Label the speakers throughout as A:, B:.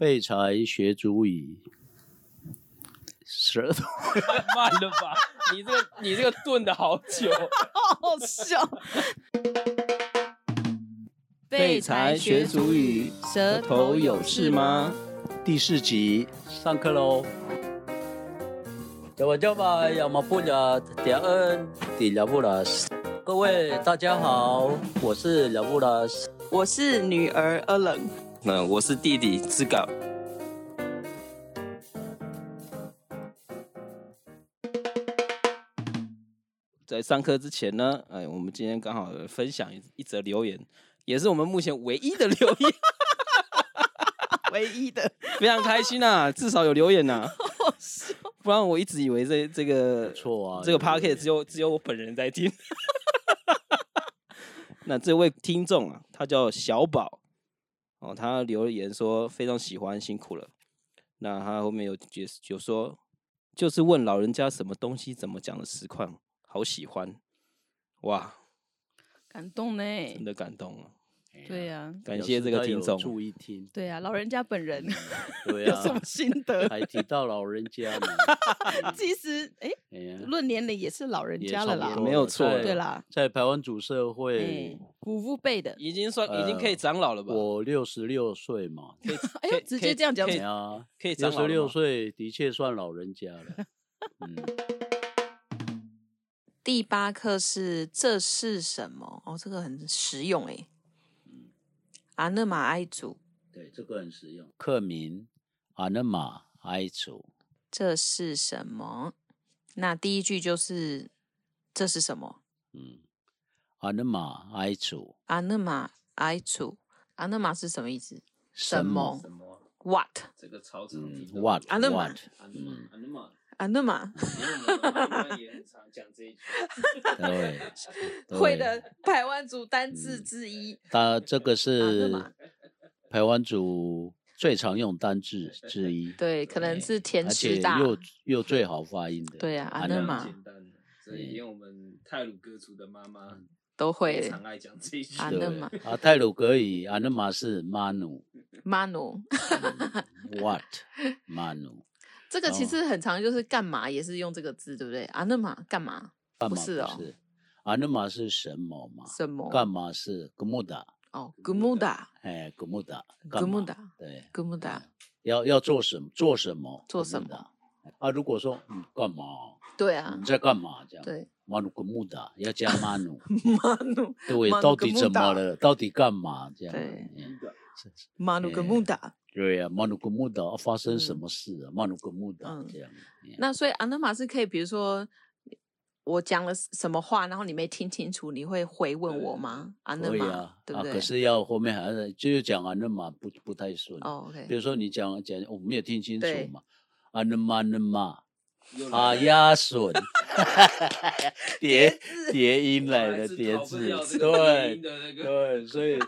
A: 备柴学足矣，舌头
B: 太慢了吧？你这个你这个顿的好久，
C: 好笑。
B: 废柴学主语，
C: 舌头有事吗？
A: 第四集上课喽。
D: 我叫吧，亚马布拉点恩迪亚布拉斯，各位大家好，我是亚布拉斯。
C: 我是女儿阿冷，
E: 那我是弟弟志稿，在上课之前呢，哎，我们今天刚好分享一一则留言，也是我们目前唯一的留言，
C: 唯一的。
E: 非常开心啊，至少有留言呐、不然我一直以为这这个
A: 错啊，
E: 这个 p
A: 有
E: o c k e t 只有只有我本人在听。 那这位听众啊，他叫小宝哦，他留言说非常喜欢，辛苦了。那他后面有解释，有说，就是问老人家什么东西怎么讲的实况，好喜欢，哇，
C: 感动呢。
E: 真的感动啊！
C: 对呀、
E: 感谢这
A: 时
E: 个
A: 他
E: 听
A: 有
E: 众，
A: 注意 听，
C: 对呀、老人家本人
A: 对
C: 有
A: 啊
C: 什，么心得？
A: 还提到老人家 呢，
C: 其实，哎、
A: 哎呀
C: 论年龄也是老人
A: 也
C: 家了
A: 差不
C: 啦
A: 多。
E: 没有错
A: 在
C: 对啦，
A: 在台湾主社
C: 哎、
A: 会，
C: 古父辈的，
E: 已经算已经可以长老了吧？
A: 我六十六岁嘛，
E: 可以
C: 哎呦
E: 可以
C: 直
E: 可以
C: 接这样讲
E: 可以
A: 对啊，
E: 可以长
A: 六
E: 老
A: 十
E: 了
A: 六
E: 吗。
A: 岁的确算老人家 了。嗯，
F: 第八课是这是什么？哦，这个很实用哎。阿那玛埃祖，
A: 对，这个很实用。克明阿那玛埃楚，
F: 这是什么？那第一句就是这是什么？
A: 嗯，阿那玛埃楚
F: 阿那玛埃祖，阿那玛是什么意思？什么
E: 什么？
F: ？What？
E: 这个超长
A: 嗯，what
F: 阿那玛
A: what，嗯，
F: 阿那玛
E: 也很常讲这一句。
A: 对，对 嗯
F: 会的台湾族单字之一。
A: 它这个是
F: 玛
A: 台湾族最常用单字之一，哎
F: 对，可能是
A: 而
F: 甜
A: 且
F: 食大。
A: 又又最好发音的。
F: 对啊，阿
A: 安
F: 那
A: 娜
F: 玛
E: 简单，所以连我们泰鲁哥族的妈妈
F: 都
E: 非
F: 会。
E: 常爱讲这一句。
F: 阿那玛
A: 对啊，泰鲁格语阿那玛是 manu
F: 玛努，
A: what manu
F: 这个其
A: 哦
F: 实很常就是干嘛也是用这个字，对不对？阿那玛干嘛？
A: 干嘛
F: 不是哦，
A: 阿啊那玛是什么嘛？
F: 什么？
A: 干嘛是格木达？
F: 哦，gumuda，
A: 哎，格木达，
F: 格木达
A: 干嘛对，
F: gumuda，
A: 嗯要要做什么？做什么？
F: 做什么
A: 格木达？啊，如果说嗯，干嘛？
F: 对啊
A: 你，在干嘛？这样，
F: 对，
A: 马努格木达要加马努，
F: 马努
A: 对，
F: 马努
A: 到
F: 格
A: 底
F: 木
A: 怎么
F: 达
A: 了？到底干嘛？这样，
F: 对
A: 嗯
F: 马努 gumuda，
A: 对呀、马努格木岛发生什
F: 嗯
A: 么事啊？马努格木岛
F: 嗯
A: 这样，嗯
F: 那所以阿那玛是可以，比如说我讲了什么话，然后你没听清楚，你会回问我吗？阿那
A: 可以
F: 玛
A: 啊，，
F: 对不
A: 啊，
F: 对
A: 可？是要后面还是就是讲啊，那嘛不不太顺。
F: 哦
A: 比
F: ，OK，
A: 如说你讲讲，我没有听清楚
F: 对
A: 嘛，啊那嘛那 嘛，啊呀笋，叠叠音来了，叠字， 对对，所以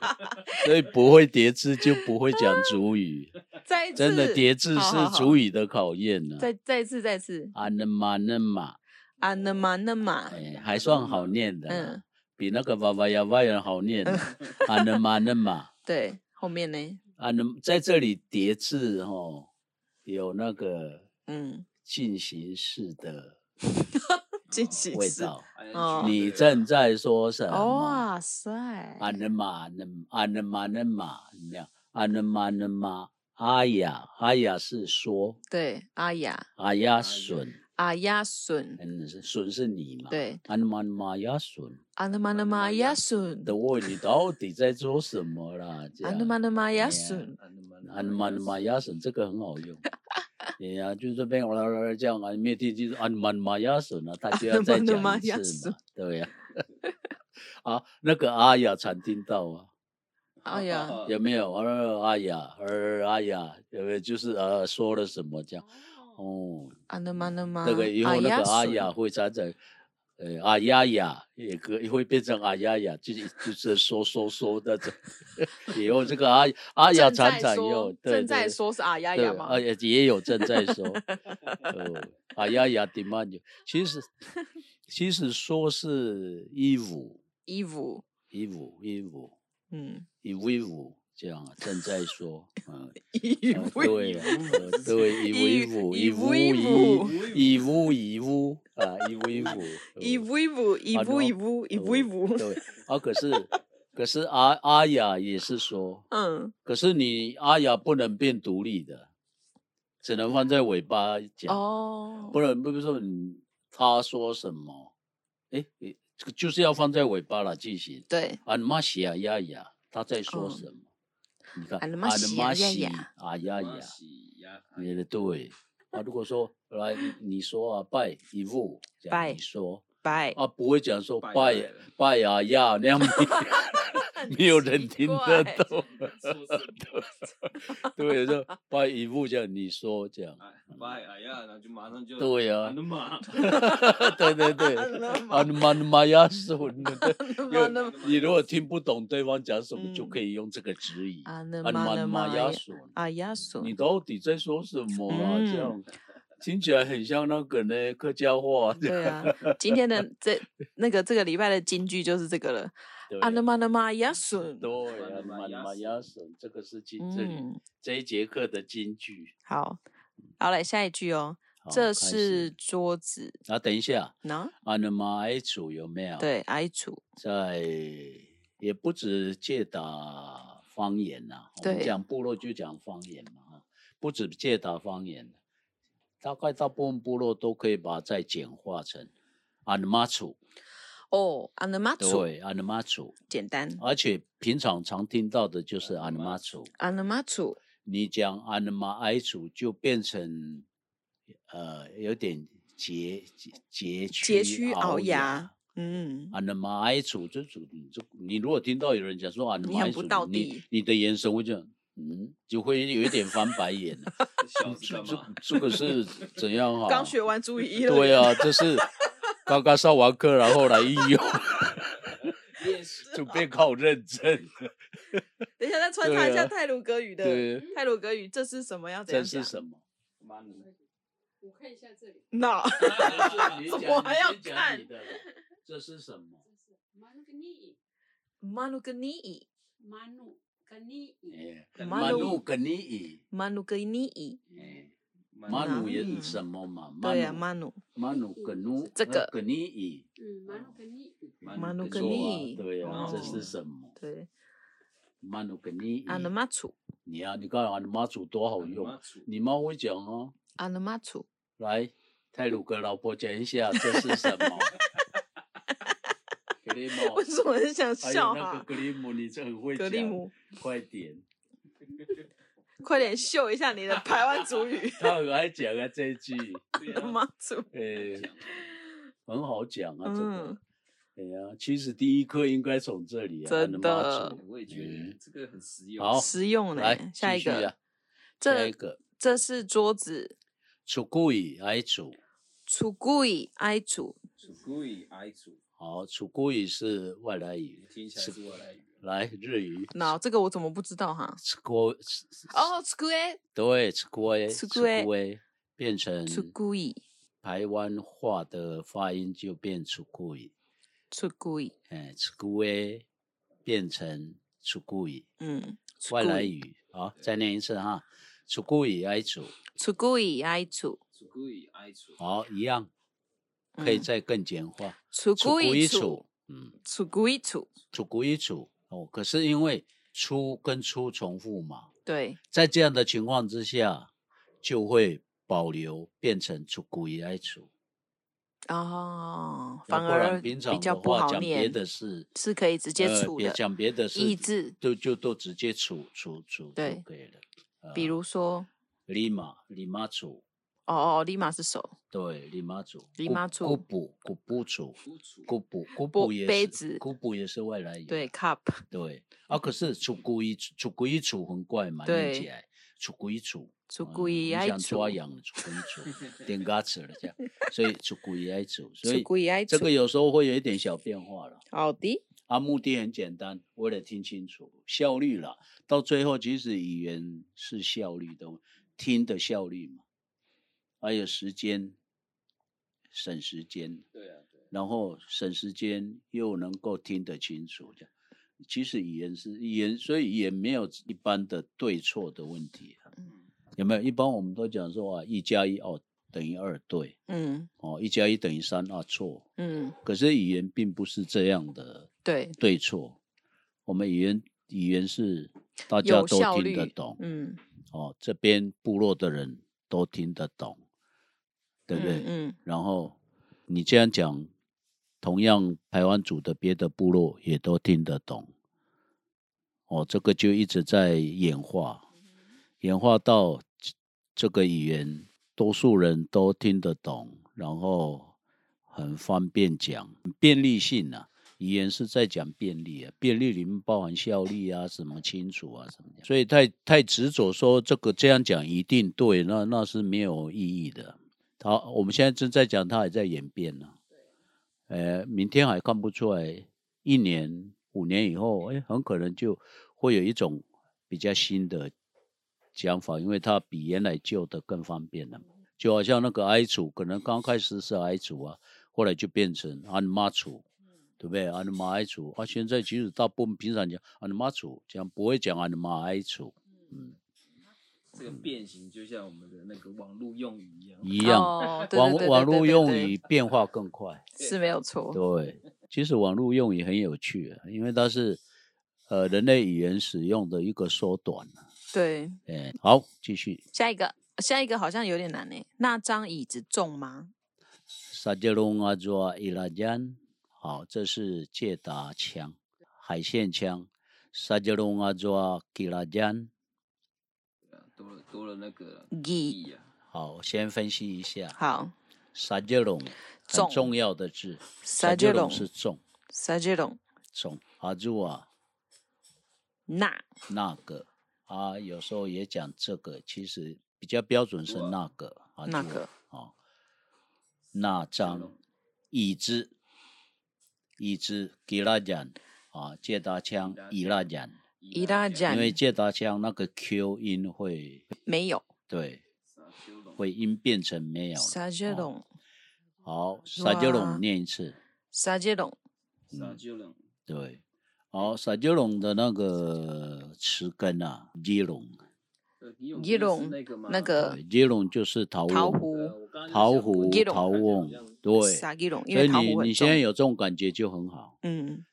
A: 所以不会叠字就不会讲主语，
F: 再一次，
A: 真的叠字
F: 好好
A: 是
F: 好
A: 主语的考验呢、
F: 再再一次，再一次，
A: 啊那嘛那嘛。
F: 阿那玛那玛，
A: 哎，还算好念的啦，
F: 嗯
A: 比那个娃娃呀娃呀好念啦。啊那嘛那嘛
F: 对，后面呢？
A: 啊那在这里叠字哦，有那个
F: 嗯，
A: 进行式的
F: 进行
A: 味
F: 式。
A: 道。
F: 哦
A: 你正在说什么？
F: 哇塞，哎
A: 啊那嘛那啊那嘛那嘛，怎么样？啊那嘛那嘛，阿雅阿雅是说
F: 对，阿雅
A: 阿雅笋，
F: 阿雅笋，
A: 嗯，是笋是你嘛？
F: 对，
A: 啊那嘛那嘛雅笋。
F: 阿那玛那玛雅笋，
A: 的问你到底在做什么啦？这
F: 阿
A: 样
F: 那玛那玛
A: 哎呀
F: 雅笋，
A: 啊，
F: 嗯
A: 玛玛雅神这个很好用。哎呀，就是这边啦啦啦这样啊，没有听清楚啊，玛玛雅神啊，他就要再
F: 啊玛
A: 讲
F: 玛雅
A: 一次
F: 神
A: 嘛，对呀、 啊。那个阿雅常听到啊，
F: 哎呀，
A: 有没有？呃，阿雅，呃，阿雅，有没有？就是呃，说了什么这样？哦，
F: 阿那玛那玛，
A: 那个以后那个阿雅
F: 笋，
A: 会常常，呃，阿雅雅也可以会变成阿雅雅，就是就是说说说那种。 以后这个阿阿雅
F: 正
A: 常
F: 在
A: 常
F: 说
A: 用，，对
F: 正在
A: 对
F: 说是阿雅
A: 对
F: 雅吗
A: 啊？也也有正在说，哦，阿雅雅的嘛，其实其实说是衣服，
F: 衣服，
A: 衣服，衣服，
F: 嗯，
A: 衣服，衣服，这样啊，正在说，嗯，
F: 一
A: 呃
F: 步
A: 对
F: 一
A: 啊，呃对，一
F: 步
A: 五
F: 一
A: 一
F: 步
A: 五
F: 一
A: 一
F: 步
A: 五一五一五啊，一五一五
F: 一步一步一
A: 啊
F: 步
A: 然
F: 一
A: 后
F: 步一步一步，
A: 对啊，可是可是阿阿雅也是说，
F: 嗯，
A: 可是你阿雅不能变独立的，只能放在尾巴讲，
F: 哦，
A: 不能不是说你他说什么，哎，诶这个就是要放在尾巴了进行。啊
F: 对，
A: 俺玛西亚呀呀，他在说
F: 嗯
A: 什么？你看，
F: 俺玛西亚呀呀
A: 啊呀呀，
B: 呀，
A: 你的对。啊，如果说来你说啊，拜一步，这样
F: 拜
A: 你说
F: 拜，
A: 啊，不会讲说
B: 拜
A: 拜
B: 呀
A: 拜呀呀 那样没，没有人
F: 奇
A: 听
F: 怪
A: 得懂。
B: 说
A: 对， 就拜一步这样，你说这样，
B: 拜哎呀，然后就马上就
A: 对呀、
F: 啊
B: 俺的妈，
A: 对对对， 啊，玛玛呀是我们的。因
F: 那
A: 为
F: 么
A: 你如果听不懂对方讲什么，就
F: 嗯
A: 可以用这个质疑。
F: 啊那
A: 啊
F: 么那
A: 玛玛呀
F: 么
A: 索，
F: 啊亚索
A: 你到底在说 什么啊？
F: 嗯
A: 这样听起来很像那个呢客家话。
F: 对啊，今天 的这那个这个礼拜的金句就是这个了，
A: 对
F: 啊那么那么亚索，
A: 对啊，
B: 玛
A: 玛
B: 雅
A: 玛呀索，这个是今这里
F: 嗯，
A: 这一节课的金句。
F: 好，好来下一句哦，
A: 好
F: 这
A: 开
F: 是
A: 始
F: 桌子
A: 啊，等一下，
F: 呢，
A: 啊，那么 A 组有没有？，
F: 对，挨处，
A: 在也不止借打方言呐、我们
F: 对
A: 讲部落就讲方言嘛，啊，不止借打方言，大概大部分部落都可以把它再简化成安妈楚，
F: 哦，啊那么处，
A: 对，哦安妈楚，
F: 简单，
A: 而且平常常听到的就是安妈楚，
F: 啊那么处，
A: 你讲安妈哀楚就变成呃有点拮拮
F: 街
A: 拮
F: 区
A: 屈
F: 熬
A: 牙
F: 牙，。嗯，
A: 啊，那么爱楚这主，这你如果听到有人讲说啊，那
F: 你
A: 么
F: 很
A: 爱
F: 不
A: 楚
F: 道，
A: 你
F: 地
A: 你的眼神会这样，嗯，就会有一点翻白眼 了
B: 笑死
A: 这
B: 他
A: 这
B: 妈！
A: 这个是怎样啊？
F: 刚学完注意了，
A: 对啊，这是刚刚上完课，然后来应 用，
B: 练习
A: 就
F: 啊
A: 别靠认真。
F: 等一下再穿插一
A: 对
F: 下
A: 啊
F: 泰鲁格语的
A: 对
F: 泰鲁格语，这是什么？要怎
A: 这
F: 样啊
A: 是
F: 讲？
A: 什么？
B: 妈的，
G: 我看一下这里，
F: 那 怎么还要看？
A: 这是什么？
G: 这是 manu gani
F: manu g n i
G: manu gani，
A: 哎，
F: 马
A: 马
F: 路
A: 路跟你以，
F: manu g n i
A: 哎，
B: 妈
A: 马
B: 的
A: 路也
F: 嗯
A: 是什么嘛？马
F: 对呀、
A: 路呃
F: m a n u
A: 马努格努
F: 这个
A: 格尼伊，
G: 嗯，manu gani，
F: 马努
A: 不
F: 格
A: 错啊
F: 尼
A: 对呀、
F: 哦啊
A: 这是什么？
F: 对
A: 马努格尼伊，
F: a n a m a t u
A: 你呀、你看啊，你妈祖多好
B: 妈
A: 用，
B: 祖
A: 你妈会讲哦。
F: a n a m a t u
A: 来，泰鲁格老婆讲一下这是什 么？格里姆，
F: 为什么很想
A: 还
F: 笑
A: 有
F: 啊
A: 哦哎那
F: 哈
A: 个、格里姆，你这很会
F: 格
A: 讲。
F: 里姆，
A: 快点，
F: 快点秀一下你的台湾主 语
A: 他很爱讲啊这一句，
B: 对
F: a n a
B: 啊
F: m a t u
A: 呃，很好讲啊这
F: 嗯
A: 个。哎呀，其实第一课应该从这里啊，
F: 真
A: 你妈
F: 的
A: 祖
B: 我也觉得这个很实用。
A: 好
F: 实用嘞、
A: 来
F: 下一
A: 继续
F: 个，
A: 啊下
F: 这
A: 一个。
F: 这是桌子，
A: 出柜爱主，
F: 出故意哀主，
B: 主故意挨主，
A: 好，出柜是外来语，
B: 听起来是外来语。
A: 来日语，
F: 那这个我怎么不知道哈？
A: 出柜，
F: 哦，出故意，
A: 对，出柜，
F: 出
A: 出
F: 柜
A: 柜变成
F: 出故意，
A: 台湾话的发音就变出柜，
F: 出故意，
A: 哎，出柜变成出柜，
F: 嗯，
A: 外来
F: 出柜，
A: 语，好，再念一次哈，出柜爱主，
F: 出故意哀主，
B: 主故意挨主，
A: 好，一样，可以
F: 嗯
A: 再更简化，
F: 出
A: 出
F: 故意
A: 主
F: 出，，
A: 嗯，
F: 出故意出，
A: 出柜主，哦，可是因为出跟出重复嘛。
F: 对，
A: 在这样的情况之下，就会保留变成出古以来出，
F: 哦，
A: 要
F: 反
A: 不
F: 而
A: 然
F: 比
A: 平常
F: 较
A: 的
F: 不
A: 话
F: 好
A: 讲别
F: 念，
A: 的事
F: 是可以直接
A: 呃
F: 处
A: 别
F: 的，
A: 讲别的事
F: 意志，
A: 就就都直接处处处
F: 对
A: 就可以了。呃
F: 比如说，
A: 里马里马楚，
F: 哦哦，立马是手，
A: 对里马楚，
F: 里
A: 古
F: 马
A: 古
F: 楚
A: 布古布楚，
B: 主主
A: 古布古
F: 布
A: 布也
F: 杯
A: 是
F: 子
A: 古布也是外来语，
F: 对，cup，
A: 对啊，可是出古一出古一楚很怪嘛，
F: 对
A: 念起来出古一楚。
F: 出
A: 啊
F: 故
A: 你
F: 意
A: 想
F: 哀
A: 抓
F: 主，
A: 痒了，就故意煮，点嘎吃了这样，所以就故意爱煮，所
F: 出
A: 以
F: 故意哀
A: 这
F: 主，
A: 个有时候会有一点小变化了。
F: 好的，
A: 啊，目的很简单，为了听清楚，效率啦。到最后，其实语言是效率的，听的效率嘛，还有时间，省时间，
B: 对啊，对啊，
A: 然后省时间又能够听得清楚，这样。其实语言是语言，所以也没有一般的对错的问题啊、
B: 嗯
A: 有没有？一般我们都讲说啊，一加一哦等于二，对，
F: 嗯
A: 哦，一加一等于三啊，错。
F: 嗯，
A: 可是语言并不是这样的
F: 对，
A: 对错，我们语言语言是大家
F: 有
A: 都
F: 效
A: 听得
F: 率，
A: 懂，
F: 嗯，
A: 哦，这边部落的人都听得懂，对不对？
F: 嗯
A: 然后你这样讲，同样台湾族的别的部落也都听得懂。哦，这个就一直在演化，演化到这这个语言，多数人都听得懂，然后很方便讲，便利性啊。语言是在讲便利啊，便利里面包含效率啊，什么清楚啊，什么的。所以太太执着说这个这样讲一定对，那那是没有意义的。它我们现在正在讲，它也在演变呢、呃，明天还看不出来，一年、五年以后，哎，很可能就会有一种比较新的讲法，因为它比原来旧的更方便了。
F: 嗯
A: 就好像那个埃族，可能刚开始是埃族啊，后来就变成安妈族，
F: 嗯
A: 对不对？安妈埃族啊，现在其实大部分平常讲安妈族，讲不会讲安妈埃族，嗯，
B: 这个变形就像我们的那个网络用语一样，
A: 一
F: 嗯，
A: 样。
F: 哦，对
A: 网
F: 对对
A: 网
F: 对
A: 络
F: 对
A: 用
F: 对
A: 语变化更快。
F: 是没有错，
A: 对，其实网络用语很有趣、啊，因为它是呃人类语言使用的一个缩短、啊。
F: 对，
A: 哎，好，继续。
F: 下一个下一个好像有点难诶，那张椅子重吗？
A: 萨杰隆阿抓伊拉江，好，这是借打枪，海线枪。萨杰隆阿抓吉拉江，
B: 多了多了那个
F: 椅，
B: 意啊，
A: 好，先分析一下。
F: 好，
A: 萨杰隆很
F: 重
A: 重要的字，
F: 萨杰
A: 隆
F: 隆
A: 是重
F: 萨杰隆
A: 重，阿住啊
F: 那
A: 那个啊，有时候也讲这个，其实比较标准是那个啊，
F: 那
A: 就
F: 个
A: 哦，那张椅子，椅子给他讲啊，借他枪伊拉讲，
F: 伊拉讲
A: 啊因为借他枪那个 Q 音会
F: 没有
A: 对，会音变成没有了。哦
F: 萨杰隆
A: 好，撒娇
F: 哇
A: 龙念一次，
F: 萨杰
A: 哦
F: 隆嗯
B: 撒娇了，
A: 对。好，撒娇龙的那个词根啊，基隆，
B: 呃你有
F: 伊隆
B: 那个吗？
F: 那个
A: 对，基隆就是桃
F: 桃
A: 翁
B: 呃
F: 湖
B: 我刚刚就
A: 桃
B: 想
A: 湖
B: 过
F: 基、隆
A: 桃瓮，对，
F: 萨吉隆，因
A: 所以
F: 为桃
A: 你
F: 湖很
A: 你现在
F: 重，
A: 有这种感觉就很好，
F: 嗯，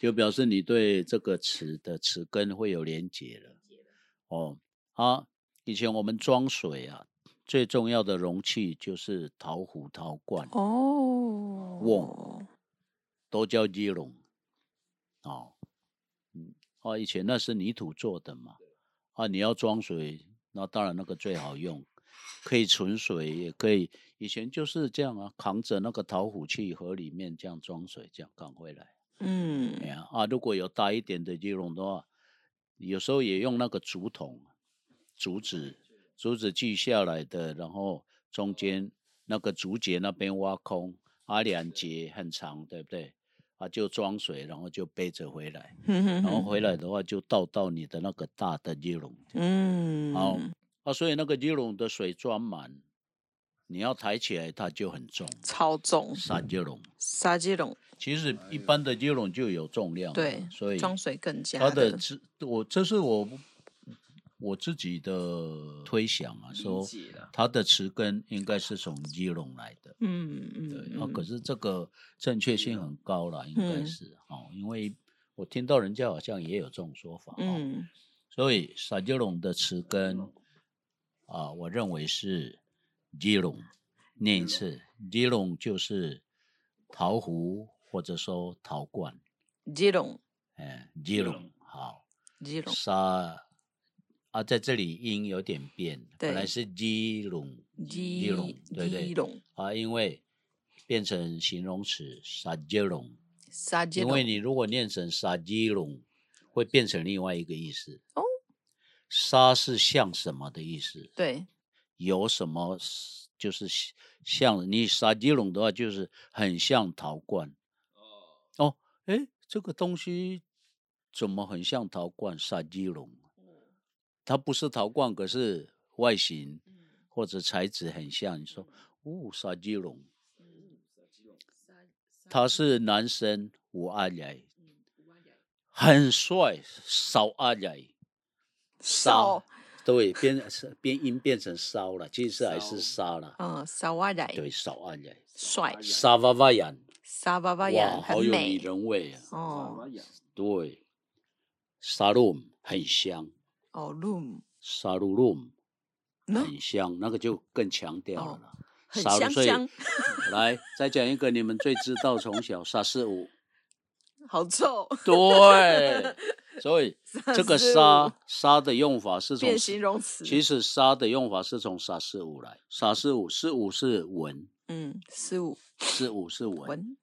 A: 就表示你对这个词的词根会有连结了。哦，啊，以前我们装水啊，最重要的容器就是陶壶、陶罐，
F: 哦，
A: 瓮都叫基隆。哦，嗯，啊，以前那是泥土做的嘛，啊，你要装水，那当然那个最好用，可以存水，也可以。以前就是这样啊，扛着那个陶壶去河里面这样装水，这样扛回来。哎
F: 嗯，
A: 呀啊，如果有大一点的鸡笼的话，有时候也用那个竹筒、竹子、竹子锯下来的，然后中间那个竹节那边挖空，啊，两节很长，对不对？啊，就装水，然后就背着回来，
F: 哼哼
A: 然后
F: 哼
A: 回来的话就倒到你的那个大的鸡笼。
F: 嗯，
A: 好、啊，所以那个鸡笼的水装满，你要抬起来它就很重，
F: 超重，
A: 散鸡笼。
F: 萨杰隆
A: 其实一般的鸡笼就有重量了，
F: 哎对，
A: 所以
F: 装水更加
A: 他的
F: 的
A: 自我啊这是我我自己的推想啊，说
B: 解啦
A: 他的词根应该是从基隆来的，
F: 嗯嗯，
A: 对，
F: 嗯
A: 啊，可是这个正确性很高啦，应该
F: 嗯
A: 是哦，因为我听到人家好像也有这种说法，哦，
F: 嗯
A: 所以撒基隆的词根啊，我认为是基隆，念一次，基隆就是桃壶或者说陶罐，
F: 杰隆
A: 哎，基隆好。
F: 杰隆
A: 沙啊，在这里音有点变，本来
F: 对
A: 是基隆基
F: 基
A: 隆，对不对？
F: 基隆
A: 啊，因为变成形容词沙基隆，
F: 萨杰
A: 因
F: 隆
A: 为你如果念成沙基隆，会变成另外一个意思。
F: 哦，
A: 沙是像什么的意思？
F: 对
A: 有什么是就是像你沙基隆的话，就是很像陶罐。哦，哎，这个东西怎么很像陶罐？沙基隆，啊它不是陶罐，可是外形或者材质很像。你说，哦，沙基隆，嗯嗯它是男生五阿来，很帅，少阿仔，
F: 少，
A: 对，变是变音变成烧了，其实还是沙了，
F: 嗯，萨瓦仔，
A: 对，啊少阿仔，
F: 帅，
A: 沙瓦瓦人，
F: 萨瓦瓦
A: 哇，
F: 雅
A: 好
F: 很
A: 有女
F: 美
A: 人味啊，
F: 哦
A: 对，沙鲁很香，
F: 哦，room
A: 沙鲁鲁
F: 嗯
A: 很香，那个就更强调了
F: 哦
A: 啦。
F: 很
A: 沙鲁
F: 香
A: 所以
F: 香，
A: 来再讲一个你们最知道从小沙四 五，
F: 好臭，
A: 对，所以这个
F: 45
A: 沙沙的用法是从
F: 变形容词，
A: 其实沙的用法是从沙四五来，沙四五四五是文，
F: 嗯，十五
A: 四五是文，
F: 文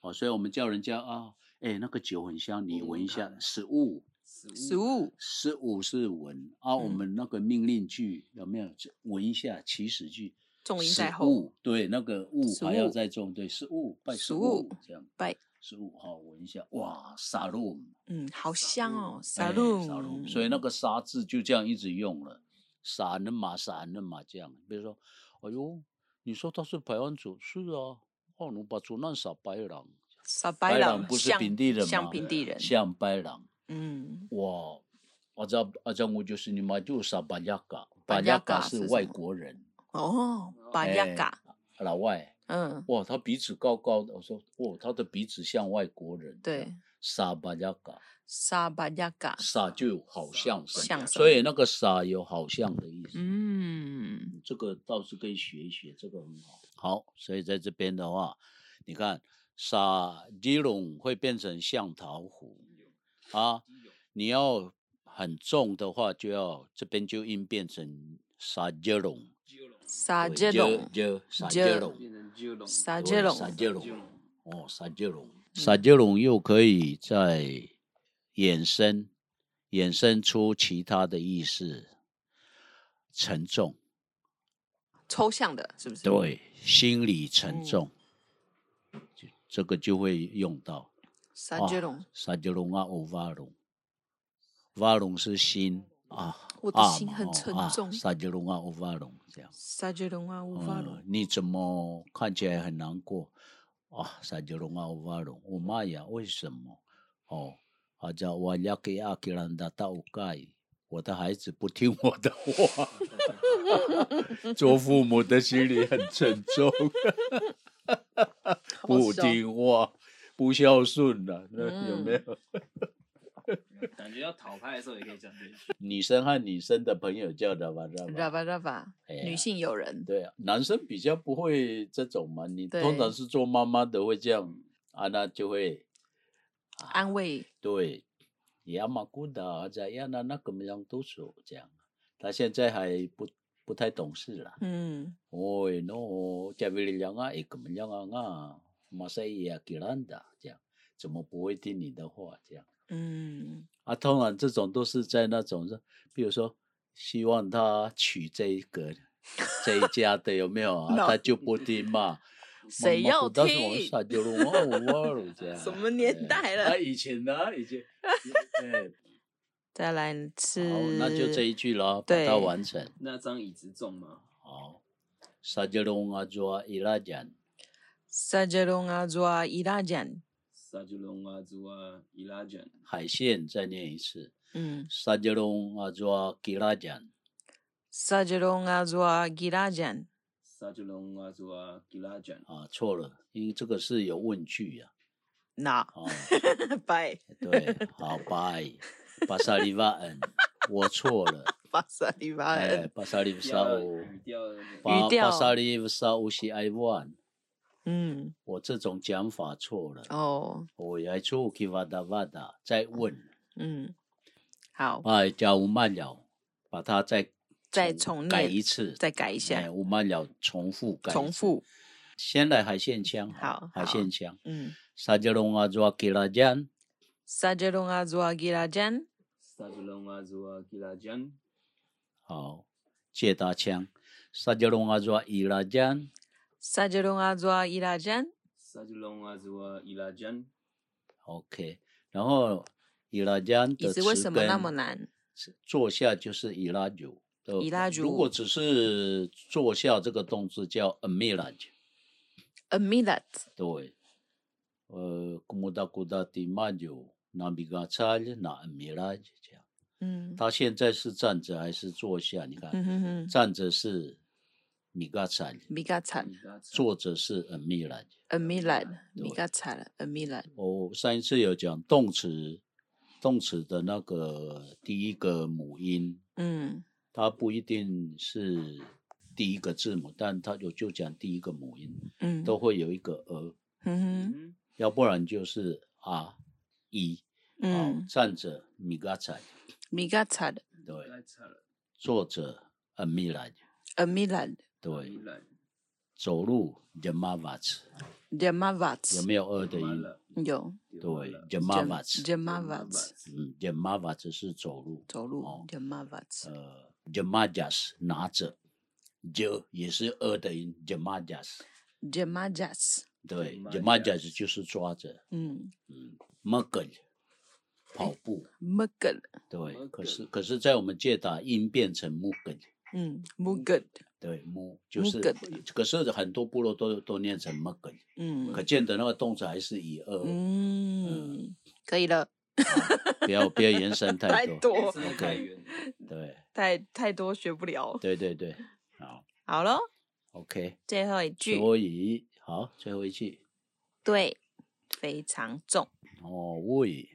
A: 哦，所以我们叫人家啊，哎、那个酒很香，
F: 哦
A: 你闻一下，十五
F: 十五
A: 十五是闻啊，我
F: 嗯
A: 们那个命令句有没有这闻一下祈使句？
F: 重音
A: 食
F: 在后，
A: 物对，那个物
F: 食
A: 还要
F: 物
A: 再重，对，食物拜食
F: 食
A: 物
F: 物
A: 这样
F: 拜
A: 食物好闻一下，哇，沙鲁
F: 嗯，好香哦，
A: 沙
F: 沙
A: 鲁
F: 鲁，
A: 哎沙鲁，所以那个沙字就这样一直用了，沙那嘛沙那嘛这样，比如说，哎呦，你说他是排湾族，是啊，哦，你把竹难沙白狼，
F: 沙
A: 白
F: 白
A: 狼
F: 朗
A: 不是
F: 像
A: 平地人吗
F: 像平地人，
A: 像白狼，
F: 嗯，
A: 哇，阿扎阿扎我就是你妈就是沙巴雅嘎，巴
F: 巴
A: 雅
F: 雅
A: 嘎
F: 嘎
A: 是
F: 是
A: 外
F: 什么
A: 国人，
F: 哦，巴
A: 哎
F: 雅嘎，
A: 老外。
F: 嗯，
A: 哇，他鼻子高高的，我说哇，他的鼻子像外国人。
F: 对，，
A: 沙巴雅嘎，
F: 沙巴雅嘎，
A: 沙就好像什么，
F: 像什
A: 所
F: 么
A: 以那个沙有好像的意思。
F: 嗯，
A: 这个倒是可以学一学，这个很好。好，所以在这边的话，你看沙基隆会变成象桃湖啊，你要很重的话，就要这边就应变成沙基隆，
F: 沙
A: 对
F: 杰隆，
A: 就就沙基
F: 就
A: 隆，
F: 沙
A: 对
F: 杰隆，
A: 沙基隆，哦，沙基隆，沙基隆又可以再衍生衍生出其他的意思，沉重。
F: 抽象的，是不是？，
A: 对，心理沉
F: 嗯
A: 重，就这个就会用到。
F: 沙杰隆
A: 啊，，沙杰隆啊，欧瓦隆，瓦隆是心啊，
F: 我的
A: 啊
F: 心
A: 嘛
F: 很
A: 哦
F: 沉
A: 啊
F: 重
A: 沙杰隆啊，欧瓦隆这样。
F: 沙杰隆啊，乌法
A: 嗯
F: 隆，
A: 你怎么看起来很难过啊？沙杰隆啊，欧瓦隆，我妈呀，为什么？哦，啊叫瓦亚给阿给兰达到盖，我的孩子不听我的话。 做父母的心里很沉重，不
F: 笑嗯
A: 听话，不孝顺了、那有没有？
B: 感觉要讨拍的时候也可以讲这个。
A: 女生和女生的朋友叫的吧，知道
F: 拉
A: 吧？
F: 巴拉巴，
A: 哎呀
F: 女性友人，
A: 对啊，男生比较不会这种嘛，你
F: 对
A: 通常是做妈妈的会这样啊，那就会
F: 安慰，
A: 对，亚马古达怎样呢？那个么样都说这样，他现在还不不太懂事啦。
F: 嗯，
A: Oi, no, cavili langa, ik m l a n g a masai ya kiranda，这样怎么不会听你的话？这样
F: 嗯，
A: 啊，当然这种都是在那种，比如说希望他娶这一个这一家的有没有啊？
F: No
A: 他就不听嘛。
F: 谁
A: 妈妈
F: 要
A: 不但是我
F: 听
A: 傻丢了，哇哇了这样。
F: 什么年
A: 哎
F: 代了
A: 啊，以前呢、以前，哎，
F: 再来是，
A: 好，那就这一句了，把
F: 对
A: 它完成。
B: 那张椅子重吗？
A: 好，傻丢了，我做伊拉讲。
F: 沙杰隆啊，抓伊拉简，
B: 沙丘龙啊，猪啊，伊拉卷，
A: 海线再念一次。
F: 嗯，
A: 沙杰隆阿抓吉拉讲，
F: 沙杰隆啊，抓伊拉简，
B: 沙丘龙啊，猪啊，伊拉卷，
F: 哦
A: 啊，错了，因为这个是有问句呀、
F: 那
A: 啊。
F: 拜
A: 对，好，拜，巴萨利瓦恩，我错 了，
F: 巴萨里巴
A: 哎，
F: 恩，
A: 巴萨利沙
B: 调
A: 乌，
B: 语调那个
A: 巴
F: 语调
A: 巴萨利沙乌西埃万，
F: 嗯，
A: 我这种讲法错了，
F: 哦，
A: 我来出去瓦达瓦达，再问，
F: 嗯，好，
A: 哎，叫乌曼了，把它再
F: 再重
A: 改
F: 念
A: 一次，
F: 再改一
A: 哎，
F: 下，
A: 乌曼了，重复改，
F: 重复，，
A: 先来海线腔好，
F: 好
A: 海
F: 好
A: 线腔。
F: 嗯，
A: 沙啊杰隆阿抓吉拉江，
F: 沙杰隆啊，抓伊拉简，
B: 沙丘龙啊，猪啊，伊拉卷，
A: 好，借搭枪。沙啊杰隆阿抓伊拉江，
F: 沙杰隆啊，抓伊拉简，
B: 沙丘龙啊，猪啊，伊拉卷，
A: OK。然后伊拉江
F: 椅
A: 的
F: 子为
A: 词
F: 什么那
A: 根
F: 么难？
A: 是？坐下就是伊拉酒。呃
F: 伊拉
A: 如果
F: 酒
A: 只是坐下这个动词叫 a m i l a j
F: a m i l a t
A: 对。呃，古木达古达蒂马酒，那米嘎扎那米拉这样。
F: 嗯
A: 他现在是站着还是坐下？你看，
F: 嗯哼 哼
A: 站着是米嘎扎，
F: 米嘎惨，
A: 坐着是恩米拉。
F: 恩米兰，
A: 对
F: 米嘎惨了，恩米兰，
A: 我上一次有讲动词，动词的那个第一个母音，
F: 嗯
A: 它不一定是第一个字母，但它有就讲第一个母音，
F: 嗯，
A: 都会有一个呃，
F: 嗯哼，
A: 要不然就是啊一，哦
F: 嗯，，
A: 站着米嘎仔，
F: 米嘎惨，
A: 对，
F: 嗯
A: 坐着恩米兰，
F: 恩米兰，
A: 对，
F: 嗯
A: 走路 jamavat，
F: 杰马瓦
A: 有
F: 兹，
A: 没有二的音？
F: 有
A: 对，jamavat，
F: 杰马瓦兹，
A: 嗯，jamavat 是走路，
F: 走路
A: 哦，
F: 杰马瓦兹，
A: 呃，jamajas 拿着，j 也是二的音，jamajas，
F: 杰马贾斯，
A: 对，jamajas 就是抓着
F: 嗯
A: m u g g 跑步，
F: m u g g
A: 对，可是可是在我们借打音变成 m u g
F: 嗯 m u g g
A: 对，木就是，
F: Mugger
A: 可是很多部落都都念成 m u g
F: 嗯
A: 可见的那个动词还是以二，
F: 嗯，可以了，嗯
A: 不要不要延伸太
F: 太
A: 多。
F: 多
A: 对对
F: 太太多学不了，
A: 对对对，好
F: 好了，
A: ，OK。
F: 最后一句，
A: 所以好，最后一句
F: 对，非常重。
A: 哦，喂，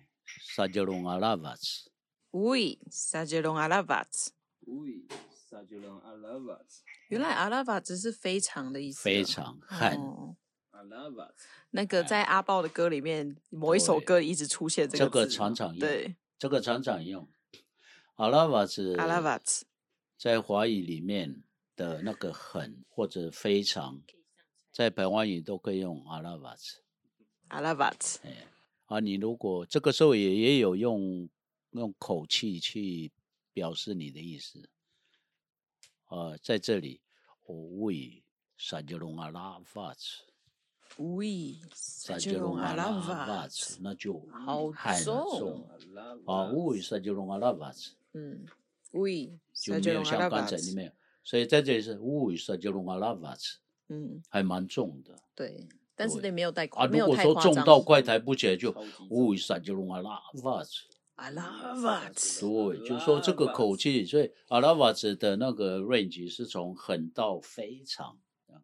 A: 萨杰隆阿拉瓦斯，
F: 喂，萨杰隆阿拉瓦兹。原来阿拉瓦兹是嗯非常的意思啊。
A: 非常汉，
F: 哦。那个在阿豹的歌里面，某一首
A: 对
F: 歌一直出现
A: 这
F: 个
A: 个
F: 字
A: 常常用，
F: 对，啊
A: 这个常常用。阿拉瓦斯，
F: 阿拉瓦兹。
A: 在华语里面的那个很或者非常，在白话语都可以用阿拉瓦斯。
F: 阿拉瓦兹。
A: 啊，你如果这个时候也也有用用口气去表示你的意思，呃，在这里，哦我为萨杰隆阿拉法兹，
F: 喂，
A: 萨
F: 萨
A: 杰
F: 杰
A: 隆
F: 隆
A: 阿
F: 阿
A: 拉
F: 拉
A: 法
F: 瓦
A: 兹
F: 兹，。
A: 那就
F: 啊好
A: 很
F: 重
A: 重啊，为萨杰隆阿拉法兹
F: 嗯，喂，
A: 就
F: 萨杰
A: 没有
F: 隆阿拉
A: 像
F: 瓦
A: 刚才你
F: 兹。
A: 没有，所以在这里是为萨杰隆阿拉法兹，
F: 嗯，
A: 还蛮重的
F: 对，但是
A: 对
F: 你没有带
A: 啊。
F: 夸，没
A: 如
F: 有
A: 果
F: 太
A: 说
F: 夸
A: 重
F: 张
A: 到快抬不起来，就为萨杰隆阿拉法兹。
F: 阿拉瓦兹。
A: 对，就是说这个口气，所以阿拉瓦兹的那个 range 是从很到非常
F: 哦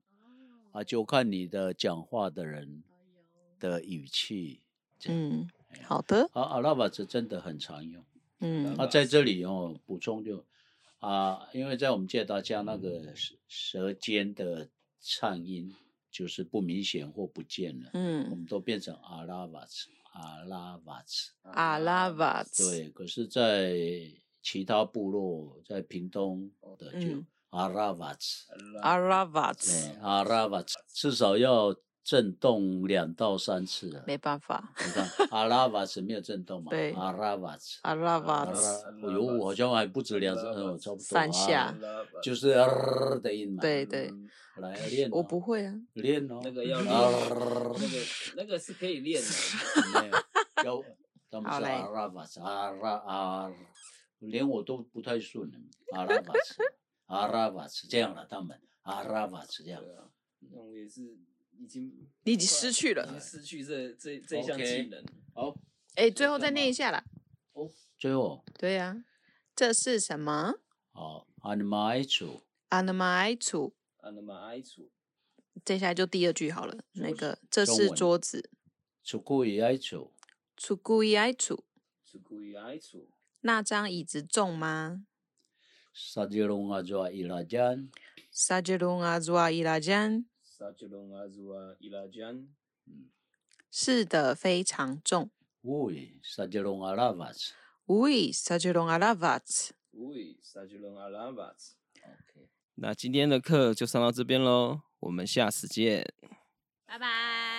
A: 啊，就看你的讲话的人的语气。
F: 嗯，好的。
A: 啊，阿拉瓦兹真的很常用。
F: 嗯
A: 啊，在这里哦，补充就啊，因为在我们借大家那
F: 嗯
A: 个舌舌尖的颤音就是不明显或不见了，我
F: 嗯，
A: 们都变成阿拉瓦兹，阿拉瓦兹。
F: 阿拉瓦兹。
A: 对，可是，在其他部落，在屏东的就
F: 嗯
A: 阿拉瓦兹，
F: 阿拉瓦
A: 哎
F: 兹，，
A: 阿拉瓦兹至少要震动两到三次啊。
F: 没办法，
A: 你看，阿拉瓦兹没有震动嘛？
F: 对
A: 阿拉瓦兹，
F: 阿拉瓦兹，
A: 哎呦，我好像还不止两次，哦，差不多
F: 三下
A: 啊就是呃的音嘛。
F: 对，对，
A: 来练哦，
F: 我不会啊，
A: 练哦，
B: 那个要
A: 啊
B: 练那个那个是可以练的，
A: 没有，要他们
F: 好
A: 是
F: 嘞
A: 阿拉法斯，阿拉阿，连我都不太顺了，阿拉法斯，阿拉法斯这样了，他们阿拉法斯这样。
B: 啊那我也是已经
F: 你已经失去
B: 已经
F: 了。
B: 失去这这这一项技能。
A: 好，
F: 哎，最后再念一下啦。
A: 最后
F: 对呀，这是什么？
A: 好，阿尼玛埃楚，
F: 阿那玛埃楚。
B: 啊，那么爱楚，
F: 接下来就第二句好了。那个，这
A: 中
F: 是
A: 文
F: 桌子。
A: 楚库伊埃楚，
F: 楚故意埃楚。
B: 是故意爱楚，
F: 那张椅子重吗？
A: 萨吉隆阿抓伊拉江，
F: 萨杰隆阿祖阿伊拉詹。
B: 萨吉隆阿祖啊伊拉江，
F: 是的，非常重。
A: 喂，萨吉隆阿拉法斯，
F: 喂，萨杰隆阿拉瓦兹。
B: 喂，萨吉隆阿拉瓦兹。
E: 那今天的课就上到这边喽，我们下次见。
G: 拜拜。